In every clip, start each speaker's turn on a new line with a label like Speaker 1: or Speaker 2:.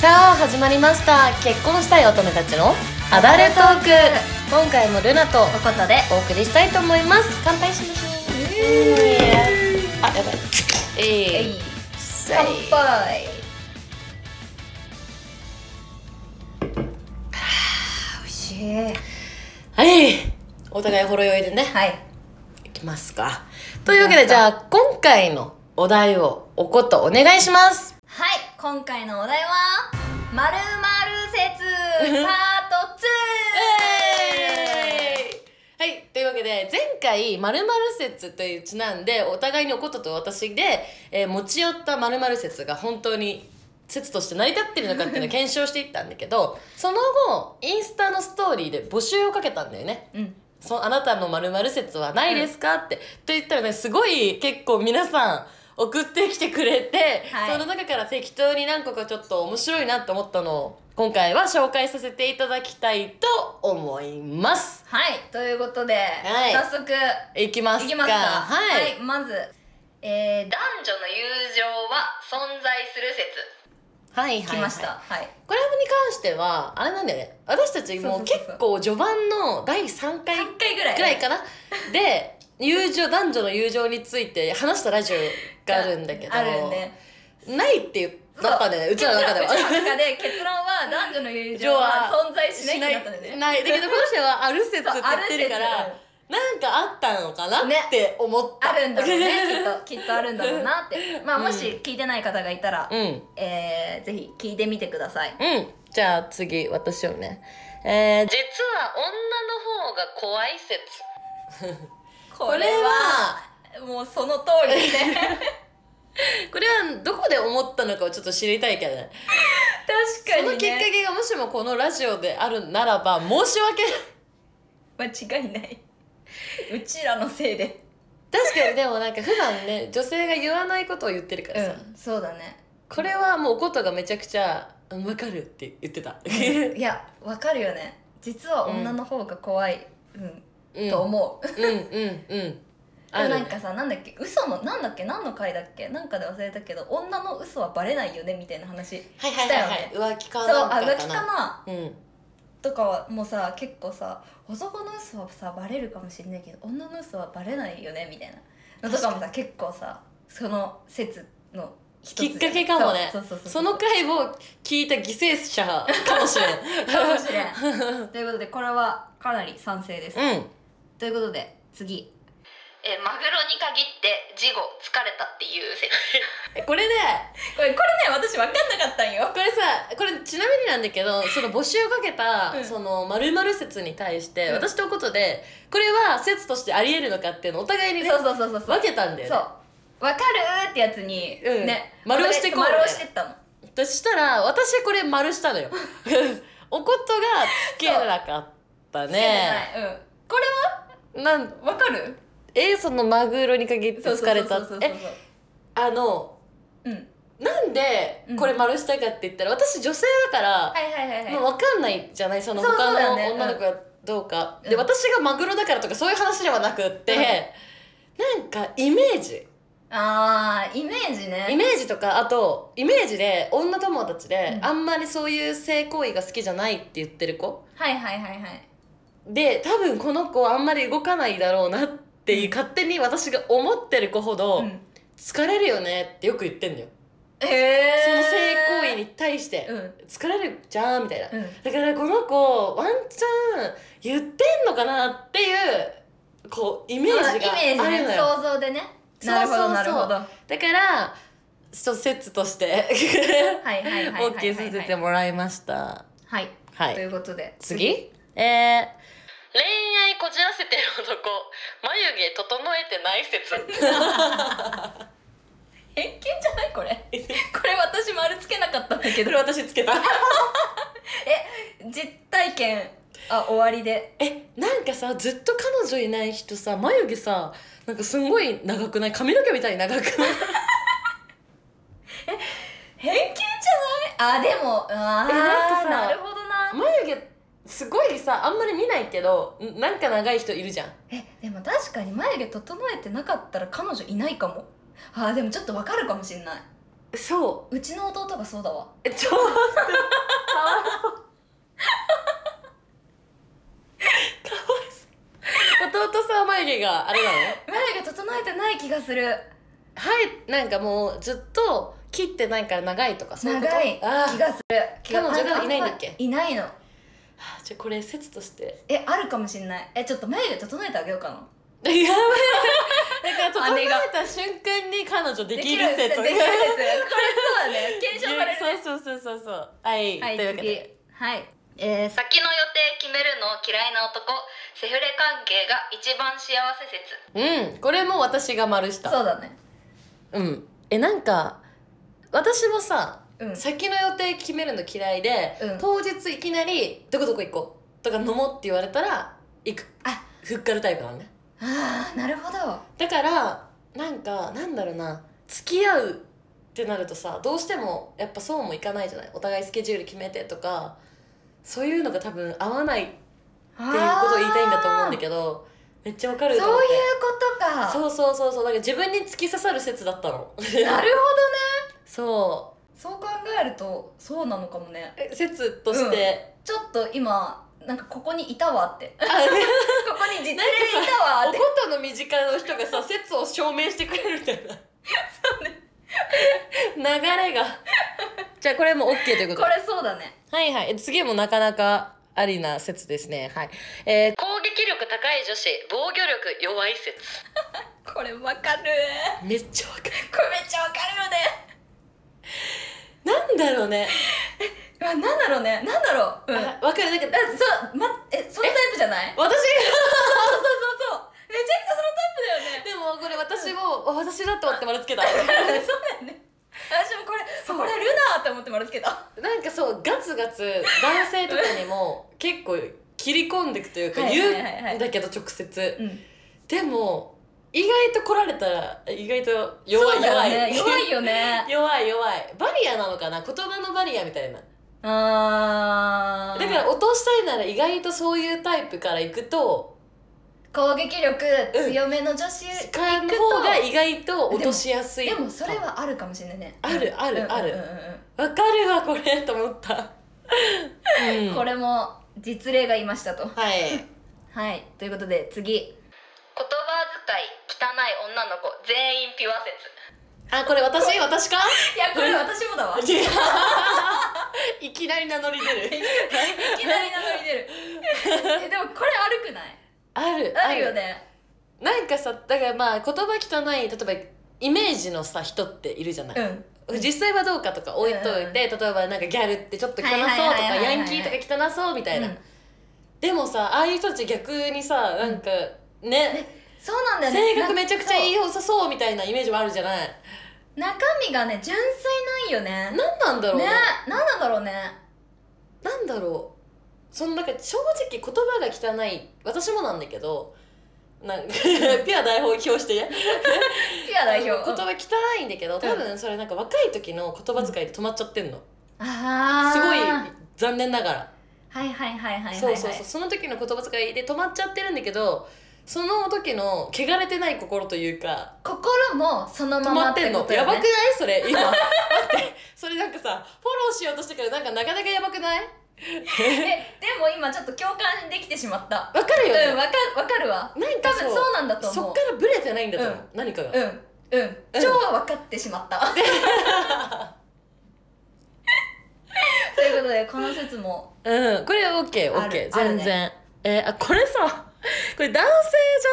Speaker 1: さあ始まりました結婚したい乙女たちのアダルトーク今回もルナと
Speaker 2: ということで
Speaker 1: お送りしたいと思います乾杯しましょうあやばいえいせい
Speaker 2: 乾杯あー美味しい
Speaker 1: はいお互いほろ酔いでね
Speaker 2: はい
Speaker 1: いきますかというわけでじゃあ今回のお題をおことお願いします
Speaker 2: はい今回のお題は「まるまる説パート2」
Speaker 1: はい、というわけで前回「まる説」というちなんでお互いにおことと私で、えー持ち寄ったまる説が本当に説として成り立ってるのかっていうのを検証していったんだけどその後インスタのストーリーで募集をかけたんだよね。
Speaker 2: うん
Speaker 1: そあなたのまる説はないですか、ってと言ったらねすごい結構皆さん送ってきてくれて、
Speaker 2: はい
Speaker 1: その中から適当に何個かちょっと面白いなと思ったのを今回は紹介させていただきたいと思います。
Speaker 2: はいということで、
Speaker 1: はい
Speaker 2: 早速
Speaker 1: いきます
Speaker 2: い
Speaker 1: か。
Speaker 2: きますか
Speaker 1: はい。
Speaker 2: まず、えー男女の友情は存在する説
Speaker 1: はい、はい、
Speaker 2: きました。はい
Speaker 1: これに関しては、あれなんだよね。私たちもう
Speaker 2: そうそうそう
Speaker 1: 結構序盤の第3回
Speaker 2: 3回ぐらい
Speaker 1: くらいかな。で、友情、男女の友情について話したラジオがあるんだけど。
Speaker 2: あるね
Speaker 1: ないって言ったんだよね。うちらの中では。
Speaker 2: うちらの中で結論は男女の友情は存在しないってなったんだよね
Speaker 1: ない。だけどこの人はある説って言ってるか
Speaker 2: そうある
Speaker 1: ら
Speaker 2: 説、
Speaker 1: なんかあったのかなって思った。
Speaker 2: あるんだ ろうねきっときっとあるんだろうなってまあもし聞いてない方がいたら、
Speaker 1: うん。
Speaker 2: えーぜひ聞いてみてください
Speaker 1: うん。じゃあ次、私をね。えー、実は女の方が怖い説。
Speaker 2: こ
Speaker 1: れは
Speaker 2: もうその通りですね
Speaker 1: これはどこで思ったのかをちょっと知りたいけどね。
Speaker 2: 確
Speaker 1: そのきっかけがもしもこのラジオであるならば申し訳ない。
Speaker 2: 間違いないうちらのせいで
Speaker 1: 確かにでもなんか普段ね、女性が言わないことを言ってるからさ。
Speaker 2: うんそうだね
Speaker 1: これはもうおことがめちゃくちゃ、うんわかるって言ってた。
Speaker 2: いやわかるよね実は女の方が怖い、うん
Speaker 1: うん、
Speaker 2: と思
Speaker 1: う
Speaker 2: う、
Speaker 1: んうんうん。あ
Speaker 2: で
Speaker 1: るね
Speaker 2: なんかさなんだっけ嘘のなんだっけ何の回だっけなんかで忘れたけど女の嘘はバレないよねみたいな話
Speaker 1: はいはいはいはい浮
Speaker 2: し。
Speaker 1: 気か
Speaker 2: そう
Speaker 1: なん
Speaker 2: あ
Speaker 1: か
Speaker 2: 浮
Speaker 1: か
Speaker 2: 気か
Speaker 1: な。
Speaker 2: な
Speaker 1: うん。
Speaker 2: とかはもうさ結構さ男の嘘はさバレるかもしれないけど女の嘘はバレないよねみたいなのとかもさ結構さその説の一つ
Speaker 1: きっかけかもね
Speaker 2: そうそうそう
Speaker 1: その回を聞いた犠牲者かもしれん。
Speaker 2: かもしれ んということでこれはかなり賛成です、
Speaker 1: うん。
Speaker 2: ということで次
Speaker 3: えーマグロに限って事後疲れたっていう説
Speaker 1: えこれね、
Speaker 2: これこれね私分かんなかったん よ
Speaker 1: これさ、これちなみになんだけど、その募集をかけた、
Speaker 2: うん
Speaker 1: その、まる説に対して、
Speaker 2: うん
Speaker 1: 私とことで、これは説としてあり得るのかっていうのをお互いにね
Speaker 2: そうそうそうそうそう
Speaker 1: 分けたんだよ
Speaker 2: そ
Speaker 1: ね
Speaker 2: う。分かるってやつに、
Speaker 1: うん
Speaker 2: ね
Speaker 1: 丸をしてこうね
Speaker 2: 丸をしてったの
Speaker 1: そしたら、私これ丸したのよ。 おことがつけなかったね。
Speaker 2: つけてないうんこれ
Speaker 1: なん
Speaker 2: は分かる
Speaker 1: えそのマグロに限って疲れたっ
Speaker 2: そうそうそうそう
Speaker 1: てえあの
Speaker 2: うん
Speaker 1: なんで
Speaker 2: うん
Speaker 1: これ丸したかって言ったら、私女性だから、
Speaker 2: はいはいはいはい
Speaker 1: もう分かんないじゃないその
Speaker 2: そうそう
Speaker 1: 他
Speaker 2: だよ
Speaker 1: の
Speaker 2: ね
Speaker 1: 女の子がどうか、
Speaker 2: うん
Speaker 1: で私がマグロだからとかそういう話ではなくって、なんかイメージ
Speaker 2: あーイメージね
Speaker 1: イメージとかあとイメージで女友達で、
Speaker 2: うん
Speaker 1: あんまりそういう性行為が好きじゃないって言ってる子
Speaker 2: はいはいはいはい
Speaker 1: で多分この子あんまり動かないだろうなっていう、
Speaker 2: うん
Speaker 1: 勝手に私が思ってる子ほど、
Speaker 2: うん
Speaker 1: 疲れるよねってよく言ってんのよ。
Speaker 2: へえ
Speaker 1: その性行為に対して
Speaker 2: うん
Speaker 1: 疲れるじゃんみたいな、
Speaker 2: うん
Speaker 1: だからこの子ワンチャン言ってんのかなっていうこうイメージが
Speaker 2: あイメー
Speaker 1: あ
Speaker 2: ジ
Speaker 1: るの
Speaker 2: ね
Speaker 1: よ、
Speaker 2: 想像でね
Speaker 1: そう
Speaker 2: なる
Speaker 1: そうそう
Speaker 2: ほどな るほどは
Speaker 1: だからちょっと説として
Speaker 2: いはいはいはいはい
Speaker 1: OK させてもらいました
Speaker 2: はい
Speaker 1: は
Speaker 2: とい
Speaker 1: いう
Speaker 2: ことで
Speaker 1: 次えー恋愛こじらせてる男眉毛整えてない説
Speaker 2: 偏見じゃないこれこれ私丸つけなかったんだ け
Speaker 1: こ
Speaker 2: ど
Speaker 1: れ私つけた
Speaker 2: 実体験あ終わりで
Speaker 1: えなんかさずっと彼女いない人さ眉毛さなんかすんごい長くない髪の毛みたいに長くない
Speaker 2: 偏見じゃないあでもあ
Speaker 1: えなんか
Speaker 2: ー
Speaker 1: さ
Speaker 2: なるほどな
Speaker 1: 眉毛すごいさあんまり見ないけどんなんか長い人いるじゃん
Speaker 2: えでも確かに眉毛整えてなかったら彼女いないかもあーでもちょっとわかるかもしんない
Speaker 1: そう
Speaker 2: ちの弟がそうだわ
Speaker 1: う ちょっとかわいそうかわいそう弟さんは眉毛があれなの
Speaker 2: 眉毛整えてない気がする
Speaker 1: はいなんかもうずっと切ってないから長いとかそういうこと
Speaker 2: 長い
Speaker 1: あ
Speaker 2: 気
Speaker 1: ー
Speaker 2: がする気が
Speaker 1: 彼女がいないんだっけ
Speaker 2: あいないの
Speaker 1: あじゃあこれ説と して
Speaker 2: えあるかもしんないえちょっと眉毛整えてあげようかな
Speaker 1: やば いだから整えた瞬間に彼女できる説
Speaker 2: できる説これそうだね検証されるね
Speaker 1: そうそうそうそうそうはい、
Speaker 2: はい
Speaker 1: というわけ
Speaker 2: 次
Speaker 1: で
Speaker 2: はいえー、さ
Speaker 3: 先の予定決めるの嫌いな男セフレ関係が一番幸せ説
Speaker 1: うんこれも私が丸した
Speaker 2: そうだね
Speaker 1: うんえなんか私もさ
Speaker 2: うん
Speaker 1: 先の予定決めるの嫌いで、
Speaker 2: うん
Speaker 1: 当日いきなり「どこどこ行こう」とか「飲もう」って言われたら行く
Speaker 2: あ
Speaker 1: ふっかるタイプなのね
Speaker 2: あーなるほど
Speaker 1: だからなんかなんだろうな付き合うってなるとさどうしてもやっぱそうもいかないじゃないお互いスケジュール決めてとかそういうのが多分合わないって
Speaker 2: っ
Speaker 1: いうことを言いたいんだと思うんだ
Speaker 2: ど
Speaker 1: けどめっちゃわかる
Speaker 2: そう
Speaker 1: と思っ
Speaker 2: いう
Speaker 1: て
Speaker 2: ことか
Speaker 1: そうそうそうそうだから自分に突き刺さる説だったの
Speaker 2: なるほど
Speaker 1: そう
Speaker 2: そう考えるとそうなのかもね
Speaker 1: え説として、
Speaker 2: ちょっと今なんかここにいたわってこ
Speaker 1: あ ね
Speaker 2: こに実例いたわ
Speaker 1: お
Speaker 2: って
Speaker 1: ことの身近の人がさ説を証明してくれるみたいな 流れがじゃあこれも OK ということ
Speaker 2: こ
Speaker 1: で
Speaker 2: れそうだね
Speaker 1: はいはいえ次もなかなかありな説ですねはいえ
Speaker 3: 攻撃力高い女子防御力弱い説
Speaker 2: これわかる
Speaker 1: ー、めっちゃわかる
Speaker 2: これめっちゃわかるよね
Speaker 1: なんだろうね
Speaker 2: うわなんだろうねなんだろう、うん、あ
Speaker 1: わ、かるなんか
Speaker 2: そうまえそのタイプじゃない
Speaker 1: 私が
Speaker 2: そうそうそうそうめちゃくちゃそのタイプ
Speaker 1: で
Speaker 2: だよね
Speaker 1: もこれ私も、あ私だと思って丸つ けた
Speaker 2: そうだよね私もこれこれルナーって思って丸つけたは
Speaker 1: なんかそうガツガツ男性とかにも結構切り込んでいくというか
Speaker 2: はい
Speaker 1: 言
Speaker 2: はいはいは
Speaker 1: う
Speaker 2: い
Speaker 1: んだけど直接、
Speaker 2: うん
Speaker 1: でも意外と来られたら意外と弱い、
Speaker 2: そう
Speaker 1: 弱
Speaker 2: だ
Speaker 1: い
Speaker 2: よ ね弱いよね
Speaker 1: 弱い弱いバリアなのかな言葉のバリアみたいな
Speaker 2: あー
Speaker 1: だから落としたいなら意外とそういうタイプから行くと
Speaker 2: 攻撃力強めの女子、
Speaker 1: 力の方が意外と落としやすい
Speaker 2: でもそれはあるかもしれないね
Speaker 1: あるある
Speaker 2: うん
Speaker 1: ある
Speaker 2: うんうんう
Speaker 1: わかるわこれと思った、うん
Speaker 2: んこれも実例がいましたと
Speaker 1: はい
Speaker 2: はいということで次
Speaker 3: 言葉遣い汚い女の子全員ピュア説
Speaker 1: あこれ私私 か
Speaker 2: いやこれ私もだわいき
Speaker 1: 違ういきなり名乗り出る
Speaker 2: なり名乗り出 るえでもこれ悪くない
Speaker 1: ある
Speaker 2: あるよね
Speaker 1: なんかさだからまあ言葉汚い例えばイメージのさ人っているじゃない、
Speaker 2: うん
Speaker 1: 実際はどうかとか置いといて、
Speaker 2: うんうん
Speaker 1: 例えばなんかギャルってちょっと汚そうと
Speaker 2: はいはい
Speaker 1: か
Speaker 2: はいはいはい
Speaker 1: ヤンキーとか汚そうみたいな、
Speaker 2: うん
Speaker 1: でもさああいう人たち逆にさなんかね、
Speaker 2: そうなんだよね
Speaker 1: 性格めちゃくちゃいい
Speaker 2: よ
Speaker 1: 良さそうみたいなイメージもあるじゃない
Speaker 2: 中身がね純粋ないよね
Speaker 1: 何なんだろうね
Speaker 2: ねなんなんだろうね
Speaker 1: なんだろうそのなんか正直言葉が汚い私もなんだけどなんかピュア代表表してや
Speaker 2: ピュア代表
Speaker 1: 言葉汚いんだけど多分それなんか若い時の言葉遣いで止まっちゃってんの、
Speaker 2: ああ
Speaker 1: すごい
Speaker 2: はい
Speaker 1: 残念ながら
Speaker 2: はいはいはいはいはい
Speaker 1: そうそうそうその時の言葉遣いで止まっちゃってるんだけどその時の汚れてない心というか
Speaker 2: 心もその
Speaker 1: 止
Speaker 2: まま
Speaker 1: ま
Speaker 2: っ
Speaker 1: って
Speaker 2: て
Speaker 1: ん
Speaker 2: こ
Speaker 1: の、
Speaker 2: とよ
Speaker 1: や
Speaker 2: ね
Speaker 1: ばくないそれ今 待ってそれなんかさフォローしようとしてからなんかなかなかやばくない
Speaker 2: えでも今ちょっと共感できてしまった
Speaker 1: わかる
Speaker 2: うん
Speaker 1: よね、
Speaker 2: わかわかるわ
Speaker 1: なん
Speaker 2: 多
Speaker 1: か
Speaker 2: 分
Speaker 1: そう
Speaker 2: そうなんだと
Speaker 1: そ
Speaker 2: 思
Speaker 1: っ
Speaker 2: う
Speaker 1: からブレてないんだと思う、何かが、
Speaker 2: うんうん超分かってしまった ということでこの説も
Speaker 1: うん、これオッケーオ
Speaker 2: あ
Speaker 1: ッケ
Speaker 2: る
Speaker 1: ー全然、えーあこれさ これ男性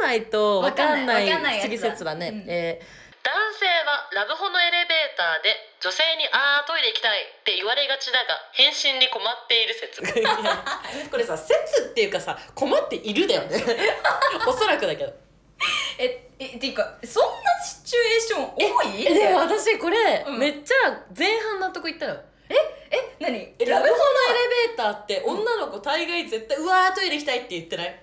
Speaker 1: じゃないとわかんな
Speaker 2: わかんないい
Speaker 1: 次説だね
Speaker 2: わかんないやつだう
Speaker 1: え
Speaker 2: ん
Speaker 3: 男性はラブホのエレベーターで女性に「あートイレ行きたい」って言われがちだが返信に困っている説
Speaker 1: ー いやこれさ説っていうかさ困っているだよ ねおそらくだけど
Speaker 2: ええっていうかそんなシチュエーション多い
Speaker 1: えで私これ、
Speaker 2: うん
Speaker 1: めっちゃ前半納得いったの
Speaker 2: え何
Speaker 1: えラ
Speaker 2: ラ
Speaker 1: ブ
Speaker 2: ブ
Speaker 1: ホ
Speaker 2: ホ
Speaker 1: のエレベーターって女の子大概絶対「うわートイレ行きたい」って言ってない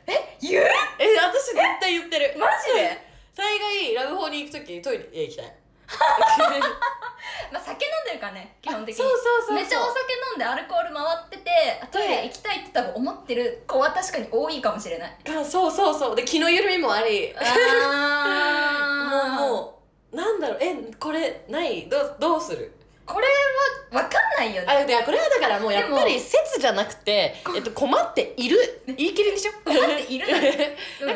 Speaker 2: 言う
Speaker 1: え私絶対言ってる
Speaker 2: マジで、
Speaker 1: 大概ラブホに行く時トイレ行きた い
Speaker 2: まあ、酒飲んでるからね基本的に
Speaker 1: そうそうそうそう
Speaker 2: めっちゃお酒飲んでアルコール回っててあトイレ行きたいって多分思ってる子は確かに多いかもしれない
Speaker 1: がそうそうそうで気の緩みもありもう
Speaker 2: あ
Speaker 1: もうなんだろうえこれないどうどうする
Speaker 2: これは分かんないよ
Speaker 1: あ
Speaker 2: ね
Speaker 1: だからこれはだからもうやっぱ
Speaker 2: で
Speaker 1: り
Speaker 2: も
Speaker 1: 説じゃなくて、えっと、困っている言い切りでし ょ困
Speaker 2: っている
Speaker 1: だ
Speaker 2: な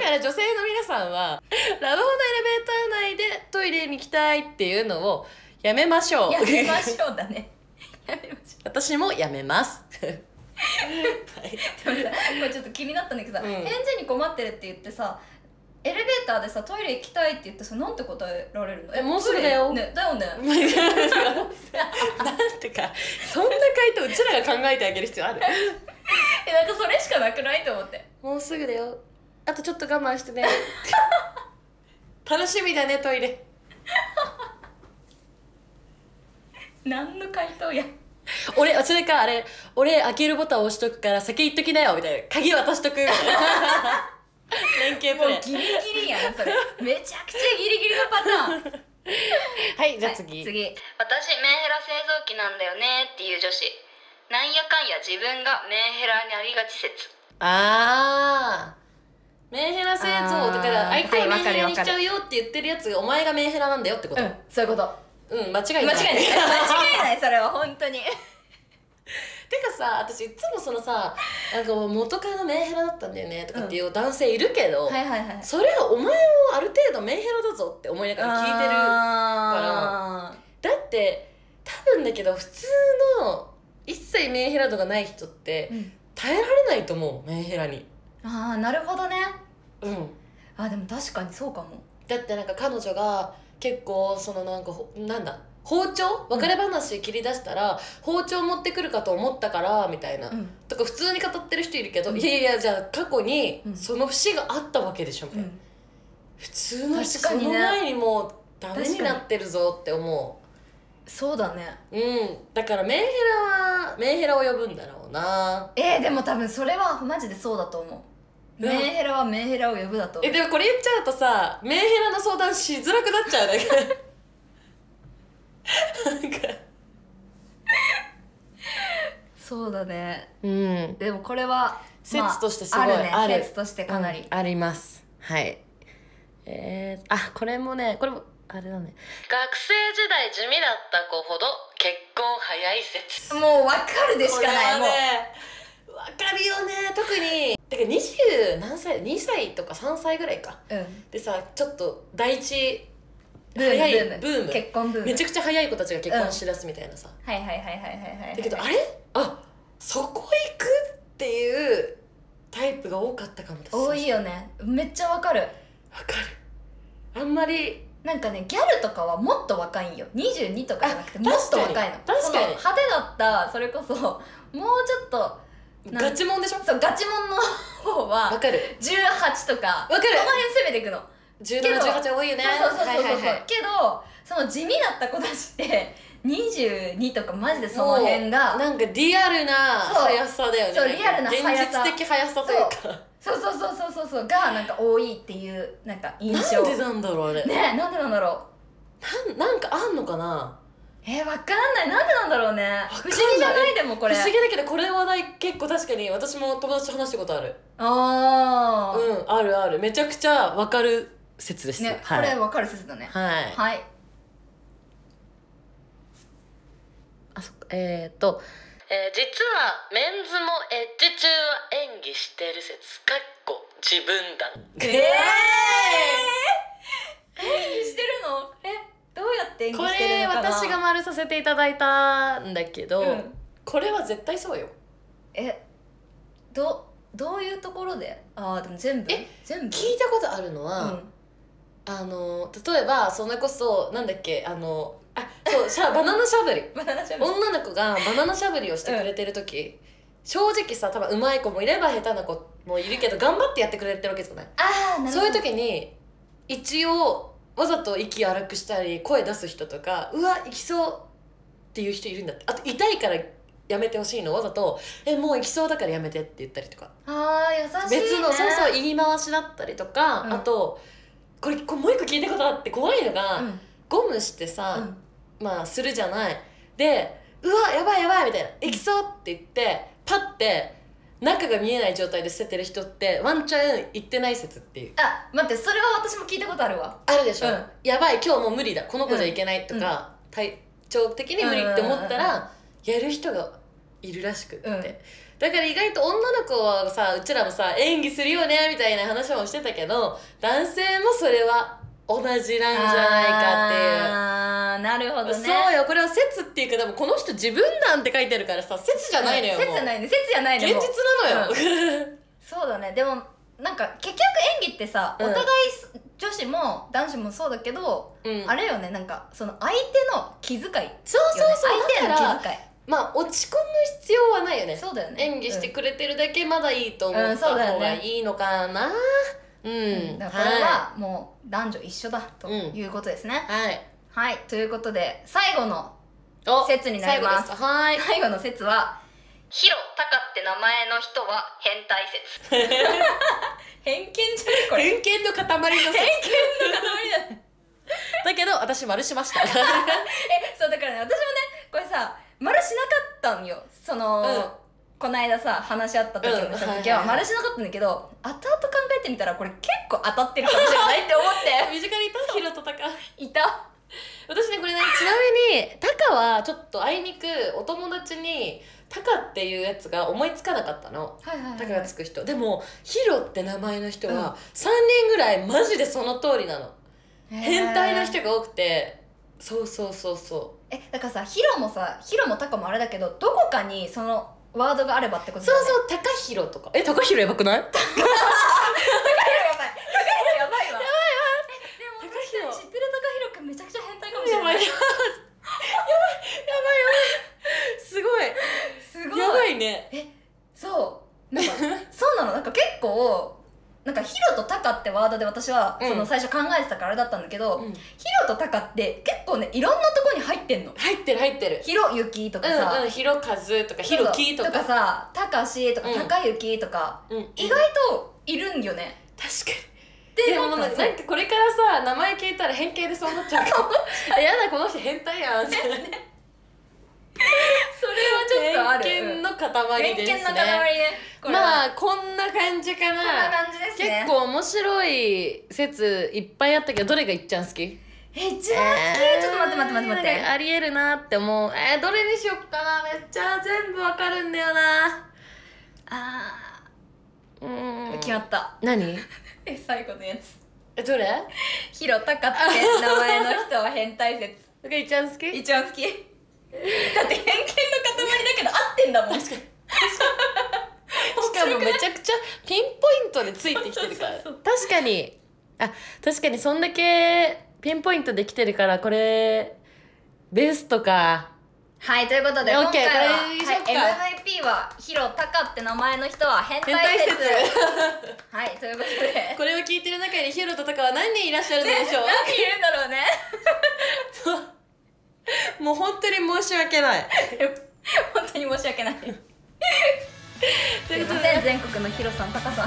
Speaker 1: から女性の皆さんはラブホのエレベーター内でトイレに行きたいっていうのをやめましょう
Speaker 2: やめましょうだね やめましょ
Speaker 1: 私もやめます。 はい、
Speaker 2: うでもさこれちょっと気になったんだけどさ、
Speaker 1: うん
Speaker 2: 返事に困ってるって言ってさエレベーターでさトイレ行きたいって言ってさなんて答えられるの
Speaker 1: えもうすぐだよ
Speaker 2: トイレね、だよね
Speaker 1: なんてかそんな回答うちらが考えてあげる必要ある
Speaker 2: えなんかそれしかなくないと思って
Speaker 1: もうすぐだよあとちょっと我慢してね 楽しみだねトイレ
Speaker 2: 何の回答や
Speaker 1: 俺それかあれ俺開けるボタン押しとくから先行っときなよみたいな鍵渡し とくみたいな連携
Speaker 2: も
Speaker 1: プ
Speaker 2: う
Speaker 1: レー
Speaker 2: ギリギリやんそ れめちゃくちゃギリギリのパターン
Speaker 1: はいじゃあ次、
Speaker 2: はい次
Speaker 4: 私メンヘラ製造機なんだよねっていう女子なんやかんや自分がメンヘラになりがち説
Speaker 1: あーメンヘラ製造
Speaker 2: あー
Speaker 1: だから相手をメ
Speaker 2: はい
Speaker 1: ン
Speaker 2: わか
Speaker 1: ヘ
Speaker 2: る
Speaker 1: ラ
Speaker 2: わか
Speaker 1: にし
Speaker 2: る
Speaker 1: ちゃうよって言ってるやつがお前がメンヘラなんだよってこと、
Speaker 2: うんそういうこと
Speaker 1: うん、間違い
Speaker 2: 間違い
Speaker 1: な
Speaker 2: ないい 間違いないそれは本当に
Speaker 1: てかさ私いつもそのさなんか元カノメンヘラだったんだよねとかっていう男性いるけど、
Speaker 2: はいはいはい
Speaker 1: それはお前もある程度メンヘラだぞって思いながら聞いてる
Speaker 2: あ
Speaker 1: だって多分だけど普通の一切メンヘラ度がない人って
Speaker 2: ーうん
Speaker 1: 耐えられないと思うメンヘラに
Speaker 2: あーなるほどね
Speaker 1: うん
Speaker 2: あでも確かにそうかも
Speaker 1: だってなんか彼女が結構そのなんかほなんだ包丁別れ話切り出したら、包丁持ってくるかと思ったからみたいな、
Speaker 2: うん
Speaker 1: とか普通に語ってる人いるけど、
Speaker 2: うん
Speaker 1: いやいやじゃあ過去に
Speaker 2: うん
Speaker 1: その節があったわけでしょみた
Speaker 2: う
Speaker 1: いな、
Speaker 2: ん
Speaker 1: 普通の人、
Speaker 2: 確か
Speaker 1: そ
Speaker 2: にね
Speaker 1: の前にもうダメになってるぞって思
Speaker 2: そうだね
Speaker 1: ううんだからメンヘラはメンヘラを呼ぶんだろうな
Speaker 2: えー、でも多分それはマジでそうだと思う
Speaker 1: うん
Speaker 2: メンヘラはメンヘラを呼ぶだと思
Speaker 1: え
Speaker 2: う
Speaker 1: でもこれ言っちゃうとさメンヘラの相談しづらくなっちゃうね なんか
Speaker 2: そうだね
Speaker 1: うん
Speaker 2: でもこれはまあ
Speaker 1: 説としてすごいある,、
Speaker 2: あるね説としてかなり
Speaker 1: うんありますはいえー、あこれもねこれもあれだね
Speaker 3: 学生時代地味だった子ほど結婚早い説
Speaker 2: もう分かるでしかないもう
Speaker 1: これはねわかるよね特にてか20何歳2歳とか3歳ぐらいか
Speaker 2: うん
Speaker 1: でさちょっと第一
Speaker 2: ブーム
Speaker 1: 早い
Speaker 2: ブーム
Speaker 1: ブーム
Speaker 2: 結婚ブーム
Speaker 1: めちゃくちゃ早い子たちが結婚しだすみたいなさ、
Speaker 2: はいはいはいはいはいはい
Speaker 1: だけどあれあそこ行くっていうタイプが多かったかも私
Speaker 2: 多いよねめっちゃわかる
Speaker 1: わかるあんまり
Speaker 2: なんかねギャルとかはもっと若いんよ22とかじゃなくて
Speaker 1: あ
Speaker 2: もっと若い
Speaker 1: 確
Speaker 2: の
Speaker 1: かに確かに
Speaker 2: その派手だったそれこそもうちょっとなん
Speaker 1: ガチモンでしょ
Speaker 2: そうガチモンの方
Speaker 1: わ
Speaker 2: は
Speaker 1: かる
Speaker 2: 18とか
Speaker 1: わかる
Speaker 2: その辺攻めていくのけど
Speaker 1: 1718多いよね
Speaker 2: そうそうそうそ
Speaker 1: はい
Speaker 2: うそう、
Speaker 1: はいはい
Speaker 2: けどその地味だった子たちって22とかマジでその辺が
Speaker 1: なんかリアルな速さだよね
Speaker 2: そうそうリアルな速さ
Speaker 1: 現実的速さというか
Speaker 2: そうそうそうそうそうそうがなんか多いっていうなんか印
Speaker 1: なん
Speaker 2: 象
Speaker 1: でなんだろうあれ、
Speaker 2: ねえなんでなんだろ
Speaker 1: なんなんかあんのかな
Speaker 2: うえー、わかんないなんでなんだろうね
Speaker 1: かん
Speaker 2: 不
Speaker 1: ない
Speaker 2: 思議じゃないでもこ
Speaker 1: 不
Speaker 2: れ
Speaker 1: 思議だけどこれの話題結構確かに私も友達と話したことある
Speaker 2: ああ、
Speaker 1: うんあるあるめちゃくちゃわかる説です
Speaker 2: ね、
Speaker 1: はい
Speaker 2: これわかる説だね
Speaker 1: はい
Speaker 2: はい
Speaker 1: あそっかえっ、と
Speaker 3: えー実はメンズもエッジ中は演技してる説かっこ自分だ
Speaker 1: え
Speaker 2: 演技してるのえどうやって演
Speaker 1: こ
Speaker 2: 技して
Speaker 1: れ
Speaker 2: るのかな
Speaker 1: 私が丸させていただいたんだけど、
Speaker 2: うん
Speaker 1: これは絶対そうよ
Speaker 2: えどどういうところでああでも全部
Speaker 1: え
Speaker 2: 全部
Speaker 1: 聞いたことあるのは、
Speaker 2: うん
Speaker 1: あの例えばそれこそなんだっけあのあそうしゃバナナしゃぶり
Speaker 2: バナナジャム
Speaker 1: 女の子がバナナしゃぶりをしてくれてる時、正直さ多分上手い子もいれば下手な子もいるけど頑張ってやってくれてるわけじゃない
Speaker 2: ああなるほど
Speaker 1: そういう時に一応わざと息荒くしたり声出す人とかうわ行きそうっていう人いるんだってあと痛いからやめてほしいのわざと「えもう行きそうだからやめて」って言ったりとか
Speaker 2: ああ優しい、ね、
Speaker 1: 別のそうそう言い回しだったりとか、
Speaker 2: うん
Speaker 1: あとこれこうもう一個聞いたことあって怖いのが、
Speaker 2: うん
Speaker 1: ゴムしてさ、
Speaker 2: うん
Speaker 1: まあするじゃないで「うわやばいやばい」みたいな「行きそう」って言ってパッて中が見えない状態で捨ててる人ってワンチャン行ってない説っていう
Speaker 2: あ待ってそれは私も聞いたことあるわ
Speaker 1: あるでしょ、
Speaker 2: うん
Speaker 1: やばい今日もう無理だこの子じゃいけないとか、体長的に無理って思ったらやる人がいるらしくって、
Speaker 2: うん
Speaker 1: だから意外と女の子はさうちらもさ演技するよねみたいな話もしてたけど男性もそれは同じなんじゃないかっていう。
Speaker 2: あーなるほどね
Speaker 1: そうよこれは説っていうか多分この人自分なんて書いてるからさ説じゃないのよ、
Speaker 2: 説
Speaker 1: もう
Speaker 2: じゃないね説じゃない
Speaker 1: 現
Speaker 2: ね
Speaker 1: 実
Speaker 2: もう
Speaker 1: なのよ、
Speaker 2: そうだねでもなんか結局演技ってさ、
Speaker 1: うん
Speaker 2: お互い女子も男子もそうだけど、
Speaker 1: うん
Speaker 2: あれよねなんかその相手の気遣いよね、
Speaker 1: そうそうそう
Speaker 2: 相手
Speaker 1: だから
Speaker 2: の気遣い
Speaker 1: まあ落ち込む必要はないよね
Speaker 2: そうだよね
Speaker 1: 演技して
Speaker 2: く
Speaker 1: くれてるだけまだいいと思った
Speaker 2: うんうんそうだ
Speaker 1: 方
Speaker 2: よね
Speaker 1: がいいのかなうん、
Speaker 2: だからこれはもう男女一緒だと
Speaker 1: うん
Speaker 2: いうことですね、
Speaker 1: はい、はい、
Speaker 2: はいということで最後の
Speaker 1: お
Speaker 2: 説になりま
Speaker 1: 最後
Speaker 2: す
Speaker 1: ですかはーい
Speaker 2: 最後の説は
Speaker 4: ヒロタカって名前の人は変態説
Speaker 2: 偏見じゃねこれ
Speaker 1: 偏見の塊の説
Speaker 2: 偏見の塊だね
Speaker 1: だけど私丸しました
Speaker 2: えそうだからね私もねこれさ丸しなかったんよその、
Speaker 1: うん
Speaker 2: こないださ話し合った時もした
Speaker 1: うんはい
Speaker 2: 時
Speaker 1: はい
Speaker 2: は
Speaker 1: はい
Speaker 2: 丸しなかったんだけど、後々考えてみたらこれ結構当たってるかもしれないって思っ
Speaker 1: 身近にいたヒロとタカ
Speaker 2: ていた
Speaker 1: 私ねこれねちなみにタカはちょっとあいにくお友達にタカっていうやつが思いつかなかったの
Speaker 2: はいはい、
Speaker 1: タカがつく人でもヒロって名前の人は3人ぐらいマジでその通りなの変態な人が多くてそうそうそうそ
Speaker 2: えだからさヒロもさヒロもタカもあれだけどどこかにそのワードがあればってこ
Speaker 1: う
Speaker 2: と
Speaker 1: そ
Speaker 2: だ
Speaker 1: う
Speaker 2: よね
Speaker 1: そう高弘とかえ高弘やばくない高
Speaker 2: やばい高いやばいわやばいわでも
Speaker 1: 弘
Speaker 2: 知ってる高弘くんめちゃくちゃ変態かもしれ
Speaker 1: やば
Speaker 2: ない
Speaker 1: いやばいやばいやばいすごい
Speaker 2: すごい
Speaker 1: やばいね
Speaker 2: そうなんかそうなのなんか結構なんかヒロとタカってワードで私は
Speaker 1: うん
Speaker 2: その最初考えてたからあれだったんだけど、
Speaker 1: うん
Speaker 2: ヒロとタカって結構ねいろんなとこに入ってんの
Speaker 1: 入ってる入ってる
Speaker 2: ヒロユキとかさ、
Speaker 1: うんうんひろかずとかひろきと
Speaker 2: とか
Speaker 1: か
Speaker 2: さタカシとか
Speaker 1: うん
Speaker 2: タカユキとか、
Speaker 1: うん
Speaker 2: 意外といるんよね
Speaker 1: 確かに
Speaker 2: で
Speaker 1: でも
Speaker 2: な
Speaker 1: なんんか
Speaker 2: かそう
Speaker 1: なんかこれからさ名前聞いたら偏見でそうな っちゃうかもえやだこの人変態やんそれは
Speaker 2: それはちょっとある
Speaker 1: 偏見の塊ですね
Speaker 2: 偏見の塊ねこれは
Speaker 1: まあこんな感じかな
Speaker 2: こんな感じですね
Speaker 1: 結構面白い説いっぱいあったけどどれがいっちゃん好き
Speaker 2: えじゃあ好き、ちょっと待って待って待って待
Speaker 1: なんかありえるなって思うえーどれにしよっかなめっちゃ全部わかるんだよな
Speaker 2: あ
Speaker 1: うー
Speaker 2: ー
Speaker 1: ん
Speaker 2: 決まった
Speaker 1: 何
Speaker 2: え最後のやつ
Speaker 1: えどれ
Speaker 2: ヒロタカって名前の人は変態説
Speaker 1: どれいっちゃん好き
Speaker 2: 一番好きだって偏見の塊だけど合ってんだもん確かに
Speaker 1: しかもめちゃくちゃピンポイントでついてきてるから
Speaker 2: そうそう
Speaker 1: 確かにあ確かにそんだけピンポイントできてるからこれベストか
Speaker 2: はいということで
Speaker 1: ね
Speaker 2: 今回
Speaker 1: OK
Speaker 2: は、
Speaker 1: これにしよっか
Speaker 2: はい、MVP はヒロタカって名前の人は変
Speaker 1: 変
Speaker 2: 態
Speaker 1: 態
Speaker 2: 説
Speaker 1: 説
Speaker 2: はいということで
Speaker 1: これを聞いてる中にヒロとタカは何人いらっしゃるのでしょ
Speaker 2: 何言うんだろうね
Speaker 1: うもう本当に申し訳ない
Speaker 2: 本当に申し訳ない
Speaker 1: と
Speaker 2: す
Speaker 1: い
Speaker 2: いう
Speaker 1: こ
Speaker 2: ま
Speaker 1: と
Speaker 2: せ
Speaker 1: で
Speaker 2: ん全国のヒロさんタカさん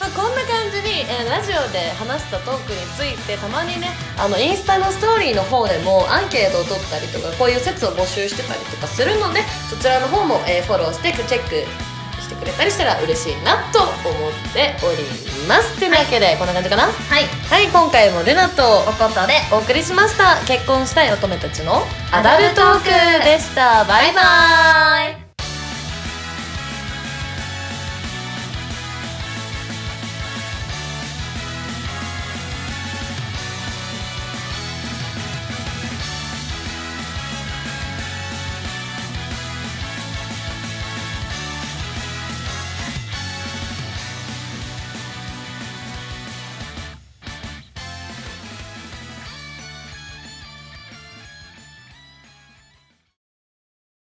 Speaker 1: まあ、こんな感じに、えーラジオで話したトークについてたまにねあのインスタのストーリーの方でもアンケートを取ったりとかこういう説を募集してたりとかするのでそちらの方も、えーフォローしてチェックしてくれたりしたら嬉しいなと思っております。というわけで、こんな感じかなは
Speaker 2: はい
Speaker 1: い今回もルナと
Speaker 2: おことで
Speaker 1: お送りしました結婚したい乙女たちのアダルトークでしたバイバイ